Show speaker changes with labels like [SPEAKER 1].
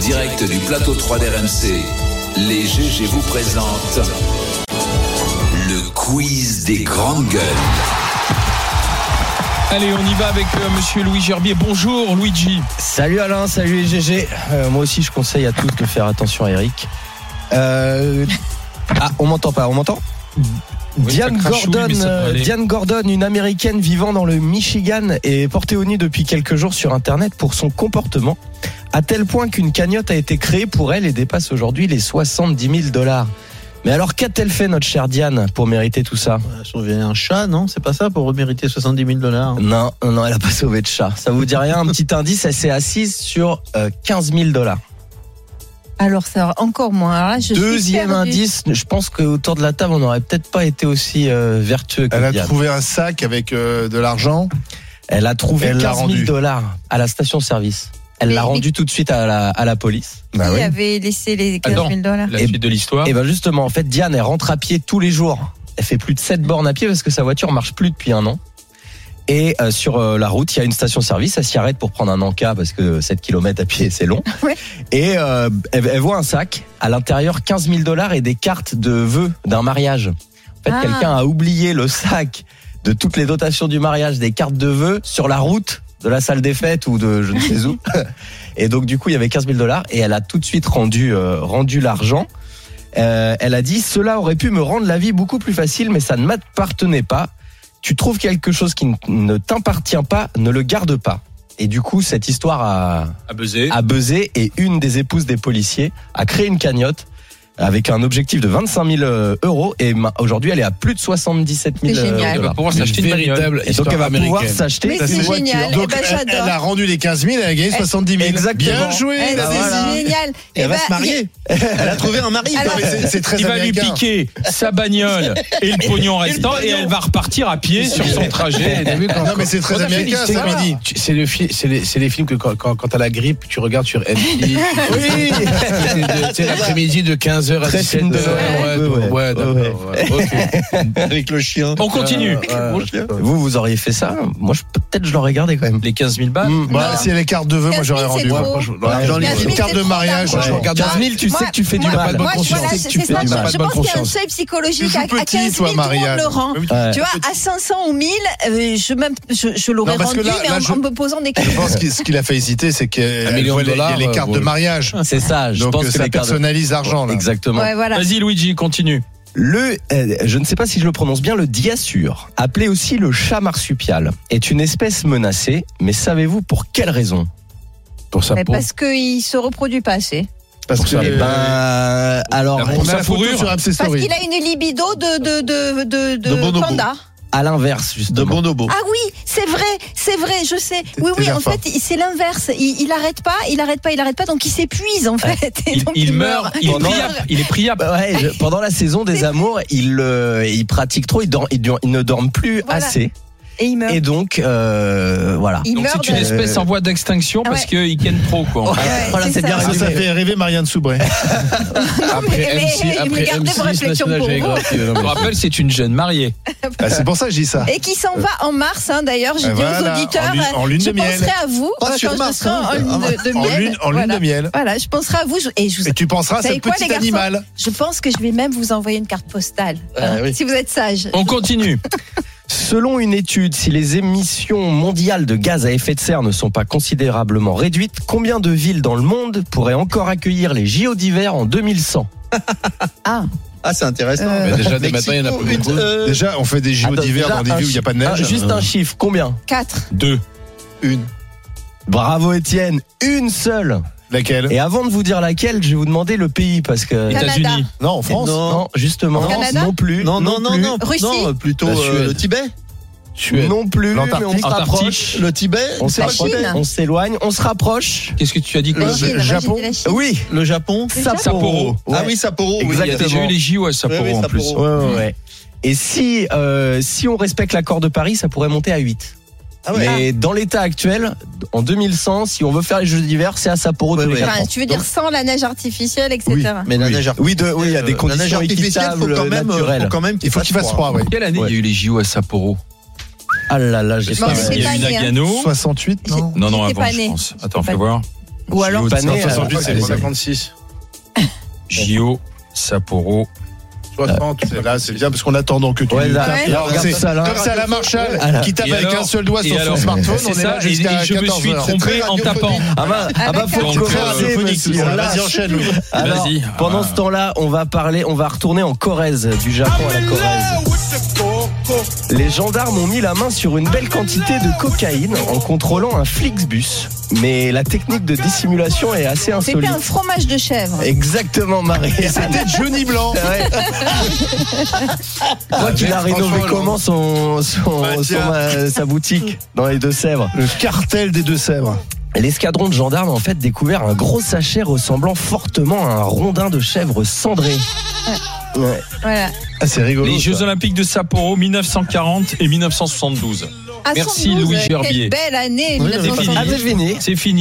[SPEAKER 1] direct du plateau 3 d'RMC, les GG vous présentent le quiz des grandes gueules.
[SPEAKER 2] Allez, on y va avec euh, Monsieur Louis Gerbier. Bonjour Luigi.
[SPEAKER 3] Salut Alain, salut les GG. Euh, moi aussi, je conseille à tous de faire attention à Eric. Euh, Ah, on m'entend pas, on m'entend
[SPEAKER 2] Oui,
[SPEAKER 3] Diane,
[SPEAKER 2] ça crachouille,
[SPEAKER 3] Gordon,
[SPEAKER 2] mais ça peut
[SPEAKER 3] euh,
[SPEAKER 2] aller.
[SPEAKER 3] Diane Gordon, une américaine vivant dans le Michigan, est portée au nez depuis quelques jours sur Internet pour son comportement, à tel point qu'une cagnotte a été créée pour elle et dépasse aujourd'hui les 70 000 dollars. Mais alors, qu'a-t-elle fait, notre chère Diane, pour mériter tout ça
[SPEAKER 4] Bah, Sauver un chat, non C'est pas ça pour mériter 70 000 dollars hein.
[SPEAKER 3] Non, non, elle a pas sauvé de chat. Ça vous dit rien Un petit indice, elle s'est assise sur euh, 15 000 dollars.
[SPEAKER 5] Alors ça va encore moins. Alors là, je suis
[SPEAKER 3] Deuxième
[SPEAKER 5] perdue.
[SPEAKER 3] indice, je pense qu'autour de la table, on n'aurait peut-être pas été aussi euh, vertueux que
[SPEAKER 6] Elle a
[SPEAKER 3] Diane.
[SPEAKER 6] trouvé un sac avec euh, de l'argent.
[SPEAKER 3] Elle a trouvé
[SPEAKER 6] Elle l'a
[SPEAKER 3] 15 000
[SPEAKER 6] rendu.
[SPEAKER 3] dollars à la station-service. Elle
[SPEAKER 5] Mais-
[SPEAKER 3] l'a
[SPEAKER 5] mais-
[SPEAKER 3] rendu tout de suite à la, à la police.
[SPEAKER 6] Bah
[SPEAKER 5] Qui avait laissé les 15
[SPEAKER 2] Adam.
[SPEAKER 5] 000 dollars
[SPEAKER 2] La
[SPEAKER 3] Et-
[SPEAKER 2] suite de l'histoire.
[SPEAKER 3] Et ben justement, en fait, Diane, elle rentre à pied tous les jours. Elle fait plus de 7 bornes à pied parce que sa voiture marche plus depuis un an. Et euh, sur euh, la route, il y a une station-service. Elle s'y arrête pour prendre un encas parce que 7 km à pied, c'est long.
[SPEAKER 5] Ouais.
[SPEAKER 3] Et euh, elle, elle voit un sac à l'intérieur 15 000 dollars et des cartes de vœux d'un mariage. En fait,
[SPEAKER 5] Ah.
[SPEAKER 3] quelqu'un a oublié le sac de toutes les dotations du mariage, des cartes de vœux sur la route de la salle des fêtes ou de je ne sais où. Et donc du coup, il y avait 15 000 dollars et elle a tout de suite rendu euh, rendu l'argent. Euh, elle a dit cela aurait pu me rendre la vie beaucoup plus facile, mais ça ne m'appartenait pas. Tu trouves quelque chose qui n- ne t'appartient pas, ne le garde pas. Et du coup, cette histoire a,
[SPEAKER 2] À buzzer.
[SPEAKER 3] a buzzé et une des épouses des policiers a créé une cagnotte avec un objectif de 25 000 euros et ma- aujourd'hui elle est à plus de 77 000
[SPEAKER 5] C'est
[SPEAKER 3] euh,
[SPEAKER 5] génial.
[SPEAKER 2] Elle va
[SPEAKER 3] dollars.
[SPEAKER 2] pouvoir s'acheter une bagnole.
[SPEAKER 3] Et donc elle va pouvoir s'acheter
[SPEAKER 5] Mais c'est
[SPEAKER 6] c'est-
[SPEAKER 5] génial.
[SPEAKER 6] Donc,
[SPEAKER 5] Eh ben,
[SPEAKER 6] elle, elle
[SPEAKER 5] j'adore.
[SPEAKER 6] a rendu les 15 000 et elle a gagné
[SPEAKER 5] Eh,
[SPEAKER 6] 70 000.
[SPEAKER 3] exactement.
[SPEAKER 6] Bien joué,
[SPEAKER 5] Eh,
[SPEAKER 6] la
[SPEAKER 5] c'est
[SPEAKER 6] Daisy.
[SPEAKER 5] génial. Eh
[SPEAKER 4] Elle va
[SPEAKER 5] ben,
[SPEAKER 4] se marier Elle a trouvé un mari
[SPEAKER 5] Alors-
[SPEAKER 4] quoi.
[SPEAKER 6] Mais c'est- C'est très
[SPEAKER 2] Il va lui
[SPEAKER 6] américain.
[SPEAKER 2] piquer sa bagnole et le pognon restant et elle va repartir à pied sur son trajet.
[SPEAKER 6] Non, mais c'est très américain, ça, midi.
[SPEAKER 7] Tu- C'est le fi- c'est les, c'est les films que quand, quand, quand t'as la grippe, tu regardes sur Netflix.
[SPEAKER 3] Oui.
[SPEAKER 7] C'est de- c'est l'après-midi de 15h à
[SPEAKER 3] Très
[SPEAKER 7] 17h.
[SPEAKER 3] film de Noël. Ouais,
[SPEAKER 7] ouais,
[SPEAKER 3] ouais.
[SPEAKER 7] ouais, d'accord, ouais. Ok.
[SPEAKER 4] avec le chien.
[SPEAKER 2] On continue.
[SPEAKER 7] Euh,
[SPEAKER 3] Vous, vous auriez fait ça Moi, je- peut-être je l'aurais gardé quand même.
[SPEAKER 2] Les 15 000 balles.
[SPEAKER 3] Mm.
[SPEAKER 6] Bah,
[SPEAKER 5] Non.
[SPEAKER 6] si elle est carte de vœux, moi
[SPEAKER 5] 15 000,
[SPEAKER 6] j'aurais
[SPEAKER 5] c'est
[SPEAKER 6] rendu.
[SPEAKER 5] trop.
[SPEAKER 6] Ouais, franchement, ouais,
[SPEAKER 7] J'en ai-
[SPEAKER 6] une
[SPEAKER 5] 15 000,
[SPEAKER 6] carte de
[SPEAKER 5] c'est
[SPEAKER 6] mariage,
[SPEAKER 5] trop
[SPEAKER 7] je
[SPEAKER 5] d'argent.
[SPEAKER 6] franchement.
[SPEAKER 7] regarde
[SPEAKER 3] 15 000, tu sais que tu fais du
[SPEAKER 5] moi,
[SPEAKER 3] mal.
[SPEAKER 5] Moi,
[SPEAKER 7] Pas de
[SPEAKER 5] je- voilà,
[SPEAKER 7] conscience.
[SPEAKER 5] c'est
[SPEAKER 7] Tu
[SPEAKER 5] c'est
[SPEAKER 7] fais
[SPEAKER 5] ça.
[SPEAKER 7] du mal.
[SPEAKER 5] Je
[SPEAKER 7] Pas de
[SPEAKER 5] pense qu'il y a un
[SPEAKER 7] conscience.
[SPEAKER 5] seuil
[SPEAKER 6] Je
[SPEAKER 5] psychologique.
[SPEAKER 6] suis
[SPEAKER 5] À, à
[SPEAKER 6] petit,
[SPEAKER 5] 15 000,
[SPEAKER 6] toi,
[SPEAKER 5] tout le monde
[SPEAKER 6] Marianne.
[SPEAKER 5] le rend.
[SPEAKER 3] Ouais.
[SPEAKER 5] Tu vois, à 500 ou 1000, euh, je, même, je, je l'aurais
[SPEAKER 6] Non, parce
[SPEAKER 5] rendu,
[SPEAKER 6] que là-
[SPEAKER 5] mais
[SPEAKER 6] là,
[SPEAKER 5] en,
[SPEAKER 6] je-
[SPEAKER 5] en me posant des
[SPEAKER 6] Je
[SPEAKER 5] questions.
[SPEAKER 6] pense qu'il- ce qu'il a fait hésiter, c'est
[SPEAKER 7] Un
[SPEAKER 6] qu'il
[SPEAKER 7] million
[SPEAKER 6] voit
[SPEAKER 7] de
[SPEAKER 6] les, il y a
[SPEAKER 7] dollars,
[SPEAKER 6] les
[SPEAKER 7] euh,
[SPEAKER 6] cartes de
[SPEAKER 7] bon.
[SPEAKER 6] mariage.
[SPEAKER 3] C'est ça, je
[SPEAKER 6] Donc euh,
[SPEAKER 3] pense que
[SPEAKER 6] ça
[SPEAKER 3] les cartes de-
[SPEAKER 6] personnalise l'argent, là.
[SPEAKER 3] Exactement.
[SPEAKER 5] Ouais, voilà.
[SPEAKER 2] Vas-y Luigi, continue.
[SPEAKER 3] Le, euh, je ne sais pas si je le prononce bien, le diassure, appelé aussi le chat marsupial, est une espèce menacée, mais savez-vous pour quelle raison
[SPEAKER 7] Pour sa
[SPEAKER 5] Mais
[SPEAKER 7] peau.
[SPEAKER 5] parce qu'il se reproduit pas assez.
[SPEAKER 6] Parce
[SPEAKER 3] Eh ben, alors,
[SPEAKER 2] la
[SPEAKER 6] on a
[SPEAKER 2] sa
[SPEAKER 6] la photo
[SPEAKER 2] fourrure.
[SPEAKER 6] sur MC
[SPEAKER 5] Parce
[SPEAKER 6] Story.
[SPEAKER 5] qu'il a une libido de, de, de, de, de,
[SPEAKER 4] De bonobo.
[SPEAKER 5] panda.
[SPEAKER 3] à l'inverse,
[SPEAKER 4] De
[SPEAKER 3] justement.
[SPEAKER 4] bonobo.
[SPEAKER 5] Ah oui, c'est vrai, c'est vrai, je sais. Oui, oui,
[SPEAKER 6] Oh. t'es
[SPEAKER 5] en
[SPEAKER 6] fort.
[SPEAKER 5] fait, il- c'est l'inverse. Il, il arrête pas, il arrête pas, il arrête pas, donc il s'épuise en fait. Et
[SPEAKER 2] Il,
[SPEAKER 5] donc,
[SPEAKER 2] il meurt, il est
[SPEAKER 3] Pendant-
[SPEAKER 2] priable. Il est priable.
[SPEAKER 3] Bah ouais, je- pendant la saison des amours, il, euh, il pratique trop, il, dort- il dort- il ne dorment plus
[SPEAKER 5] Voilà.
[SPEAKER 3] assez.
[SPEAKER 5] Et il meurt.
[SPEAKER 3] Et donc, euh, voilà.
[SPEAKER 5] Il
[SPEAKER 2] Donc
[SPEAKER 5] meurt
[SPEAKER 2] c'est une
[SPEAKER 5] de-
[SPEAKER 2] espèce en voie d'extinction parce
[SPEAKER 5] Ouais.
[SPEAKER 2] qu'il ken pro quoi.
[SPEAKER 5] Ouais,
[SPEAKER 3] voilà,
[SPEAKER 5] c'est
[SPEAKER 3] c'est
[SPEAKER 5] ça.
[SPEAKER 3] bien
[SPEAKER 5] Ah,
[SPEAKER 6] Ça, ça
[SPEAKER 3] résumé.
[SPEAKER 6] fait rêver Marianne Soubret.
[SPEAKER 5] mais-
[SPEAKER 7] Après
[SPEAKER 5] mais- mais
[SPEAKER 7] M6, après
[SPEAKER 5] gardez vos
[SPEAKER 7] M6,
[SPEAKER 5] réflexions
[SPEAKER 7] National
[SPEAKER 5] pour vous.
[SPEAKER 7] Geographic. Non,
[SPEAKER 2] Je
[SPEAKER 7] mais-
[SPEAKER 2] vous rappelle, c'est une jeune mariée.
[SPEAKER 6] Ah,
[SPEAKER 5] Bah,
[SPEAKER 6] C'est pour ça que je dis ça.
[SPEAKER 5] Et qui s'en va en mars, hein, d'ailleurs, j'ai
[SPEAKER 6] Eh
[SPEAKER 5] dit
[SPEAKER 6] voilà,
[SPEAKER 5] aux auditeurs. euh,
[SPEAKER 6] en lune- en lune de
[SPEAKER 5] je
[SPEAKER 6] miel. Ah,
[SPEAKER 5] penserai à vous
[SPEAKER 4] Pas
[SPEAKER 5] euh,
[SPEAKER 4] sur
[SPEAKER 5] quand
[SPEAKER 4] Mars,
[SPEAKER 5] je serai en
[SPEAKER 4] hein.
[SPEAKER 5] lune de, de
[SPEAKER 6] En
[SPEAKER 5] miel.
[SPEAKER 6] lune, en lune
[SPEAKER 5] voilà.
[SPEAKER 6] de miel.
[SPEAKER 5] Voilà, je penserai à vous je- et je vous.
[SPEAKER 6] Et tu penseras à
[SPEAKER 5] Vous
[SPEAKER 6] ce
[SPEAKER 5] savez quoi, les
[SPEAKER 6] petit
[SPEAKER 5] garçons
[SPEAKER 6] animal.
[SPEAKER 5] Je pense que je vais même vous envoyer une carte postale. hein,
[SPEAKER 4] Ah oui.
[SPEAKER 5] Si vous êtes sage.
[SPEAKER 6] Oh.
[SPEAKER 2] On continue.
[SPEAKER 3] Selon une étude, si les émissions mondiales de gaz à effet de serre ne sont pas considérablement réduites, combien de villes dans le monde pourraient encore accueillir les JO d'hiver en 2100
[SPEAKER 5] Ah,
[SPEAKER 4] Ah, c'est intéressant.
[SPEAKER 5] Euh,
[SPEAKER 4] Mais
[SPEAKER 7] Déjà, dès maintenant, il y en a plus beaucoup.
[SPEAKER 6] Déjà, on fait des JO
[SPEAKER 3] euh, Attends,
[SPEAKER 6] d'hiver
[SPEAKER 3] déjà,
[SPEAKER 6] dans des
[SPEAKER 3] un
[SPEAKER 6] villes où il n'y a pas de
[SPEAKER 3] Ah,
[SPEAKER 6] neige. Euh,
[SPEAKER 3] Juste un chiffre, combien
[SPEAKER 5] 4.
[SPEAKER 2] Deux.
[SPEAKER 4] Une.
[SPEAKER 3] Bravo Étienne, une seule.
[SPEAKER 6] Laquelle
[SPEAKER 3] Et avant de vous dire laquelle, je vais vous demander le pays parce que
[SPEAKER 5] Canada.
[SPEAKER 2] États-Unis.
[SPEAKER 6] Non, en France.
[SPEAKER 4] Non.
[SPEAKER 3] non, justement,
[SPEAKER 5] Canada
[SPEAKER 3] non plus,
[SPEAKER 4] Non, non, non,
[SPEAKER 3] plus,
[SPEAKER 4] non.
[SPEAKER 5] Russie
[SPEAKER 4] Non, plutôt
[SPEAKER 7] La
[SPEAKER 4] euh,
[SPEAKER 7] Suède.
[SPEAKER 4] le Tibet.
[SPEAKER 7] Suède.
[SPEAKER 3] non plus, mais on
[SPEAKER 2] Antarctique.
[SPEAKER 3] se rapproche.
[SPEAKER 4] Le Tibet.
[SPEAKER 3] On se
[SPEAKER 5] La
[SPEAKER 3] rapproche,
[SPEAKER 5] Chine.
[SPEAKER 3] on s'éloigne, on se rapproche.
[SPEAKER 2] Qu'est-ce que tu as dit quoi
[SPEAKER 5] La Chine, moi, j'ai
[SPEAKER 6] Japon.
[SPEAKER 5] dit la Chine.
[SPEAKER 3] Oui,
[SPEAKER 4] Le Japon.
[SPEAKER 3] Sapporo.
[SPEAKER 2] Sapporo.
[SPEAKER 4] Ah oui, Sapporo. oui.
[SPEAKER 2] Il y a déjà eu les JO à Sapporo
[SPEAKER 4] Oui, oui,
[SPEAKER 2] en plus.
[SPEAKER 4] Sapporo.
[SPEAKER 3] Ouais, ouais, ouais. Et si, euh, si on respecte l'accord de Paris, ça pourrait monter à 8.
[SPEAKER 4] Ah ouais.
[SPEAKER 3] Mais dans l'état actuel, en 2100, si on veut faire les Jeux d'hiver, c'est à Sapporo
[SPEAKER 4] Ouais,
[SPEAKER 3] tous les
[SPEAKER 4] ouais.
[SPEAKER 3] quatre
[SPEAKER 5] Enfin,
[SPEAKER 3] ans.
[SPEAKER 5] tu veux dire sans la neige artificielle, etc.
[SPEAKER 3] Oui.
[SPEAKER 4] Mais la neige
[SPEAKER 3] Oui,
[SPEAKER 6] Ah.
[SPEAKER 3] de- oui, il y a des
[SPEAKER 4] artificielle, euh, la neige
[SPEAKER 3] conditions
[SPEAKER 4] artificielle, faut
[SPEAKER 3] équitables,
[SPEAKER 4] quand même, euh,
[SPEAKER 3] naturelles.
[SPEAKER 4] faut quand même
[SPEAKER 6] Il faut qu'il fasse froid, oui.
[SPEAKER 2] Quelle année il y a eu les JO à Sapporo
[SPEAKER 3] Ah là là, j'ai
[SPEAKER 5] Non,
[SPEAKER 3] pas.
[SPEAKER 5] mais c'est
[SPEAKER 2] Il y a eu
[SPEAKER 5] pas né, hein.
[SPEAKER 2] Nagano.
[SPEAKER 6] 68, non
[SPEAKER 2] Non, non,
[SPEAKER 5] J'étais
[SPEAKER 2] avant,
[SPEAKER 5] pas
[SPEAKER 2] je
[SPEAKER 5] née.
[SPEAKER 2] pense. Attends,
[SPEAKER 5] pas
[SPEAKER 2] fais
[SPEAKER 5] née.
[SPEAKER 2] voir.
[SPEAKER 5] Ou alors,
[SPEAKER 3] Bah, non,
[SPEAKER 7] Non,
[SPEAKER 3] euh,
[SPEAKER 7] 68,
[SPEAKER 3] ouais,
[SPEAKER 7] c'est
[SPEAKER 3] ouais.
[SPEAKER 7] 56.
[SPEAKER 3] Euh,
[SPEAKER 2] JO Sapporo.
[SPEAKER 7] 60.
[SPEAKER 6] C'est- Là, c'est bien parce qu'on attend donc que tu.
[SPEAKER 3] Ouais, là,
[SPEAKER 5] Ouais.
[SPEAKER 3] là, regarde
[SPEAKER 6] C'est-
[SPEAKER 3] ça, là.
[SPEAKER 6] Comme ça, la Marshall
[SPEAKER 3] Alors.
[SPEAKER 6] qui tape
[SPEAKER 2] Et
[SPEAKER 6] avec
[SPEAKER 2] alors
[SPEAKER 6] un seul doigt
[SPEAKER 2] Et
[SPEAKER 6] sur son
[SPEAKER 2] alors
[SPEAKER 6] smartphone.
[SPEAKER 2] C'est
[SPEAKER 6] On est
[SPEAKER 2] ça,
[SPEAKER 6] là
[SPEAKER 2] et, et
[SPEAKER 6] jusqu'à
[SPEAKER 2] je me
[SPEAKER 6] 14
[SPEAKER 2] suis
[SPEAKER 6] heures.
[SPEAKER 2] trompé
[SPEAKER 6] C'est
[SPEAKER 2] en
[SPEAKER 6] très
[SPEAKER 2] tapant.
[SPEAKER 6] radiophonique.
[SPEAKER 3] Ah bah, ah bah,
[SPEAKER 5] Avec
[SPEAKER 3] faut
[SPEAKER 5] un-
[SPEAKER 2] Donc,
[SPEAKER 3] commencer.
[SPEAKER 2] euh,
[SPEAKER 6] Très radiophonique,
[SPEAKER 2] Vas-y,
[SPEAKER 6] c'est ça.
[SPEAKER 3] on lâche.
[SPEAKER 6] Vas-y, enchaîne. Lou.
[SPEAKER 3] Alors,
[SPEAKER 2] Vas-y.
[SPEAKER 3] pendant
[SPEAKER 2] Ah.
[SPEAKER 3] ce temps-là, on va parler, on va retourner en Corrèze, du Japon à la Corrèze. Les gendarmes ont mis la main sur une belle quantité de cocaïne en contrôlant un Flixbus. Mais la technique de dissimulation est assez
[SPEAKER 5] c'était un
[SPEAKER 3] insolite.
[SPEAKER 5] fromage de chèvre.
[SPEAKER 3] Exactement, Marie.
[SPEAKER 6] C'était Johnny Blanc.
[SPEAKER 3] Ouais. Toi, tu l'as
[SPEAKER 6] Franchement,
[SPEAKER 3] rénové
[SPEAKER 6] là,
[SPEAKER 3] comment son, son-
[SPEAKER 6] Bah,
[SPEAKER 3] son,
[SPEAKER 6] tiens.
[SPEAKER 3] euh, sa boutique dans les Deux-Sèvres
[SPEAKER 6] Le cartel des Deux-Sèvres.
[SPEAKER 3] L'escadron de gendarmes a en fait découvert un gros sachet ressemblant fortement à un rondin de chèvre cendré. Ouais.
[SPEAKER 5] Voilà.
[SPEAKER 6] Ah, c'est rigolo.
[SPEAKER 2] Les
[SPEAKER 6] ça.
[SPEAKER 2] Jeux Olympiques de Sapporo 1940 et 1972.
[SPEAKER 5] À
[SPEAKER 2] Merci,
[SPEAKER 5] 112,
[SPEAKER 2] Louis
[SPEAKER 5] quelle
[SPEAKER 2] Gerbier.
[SPEAKER 5] belle année
[SPEAKER 2] non, mais-
[SPEAKER 5] 1972.
[SPEAKER 3] Ah, c'est fini.
[SPEAKER 2] C'est fini.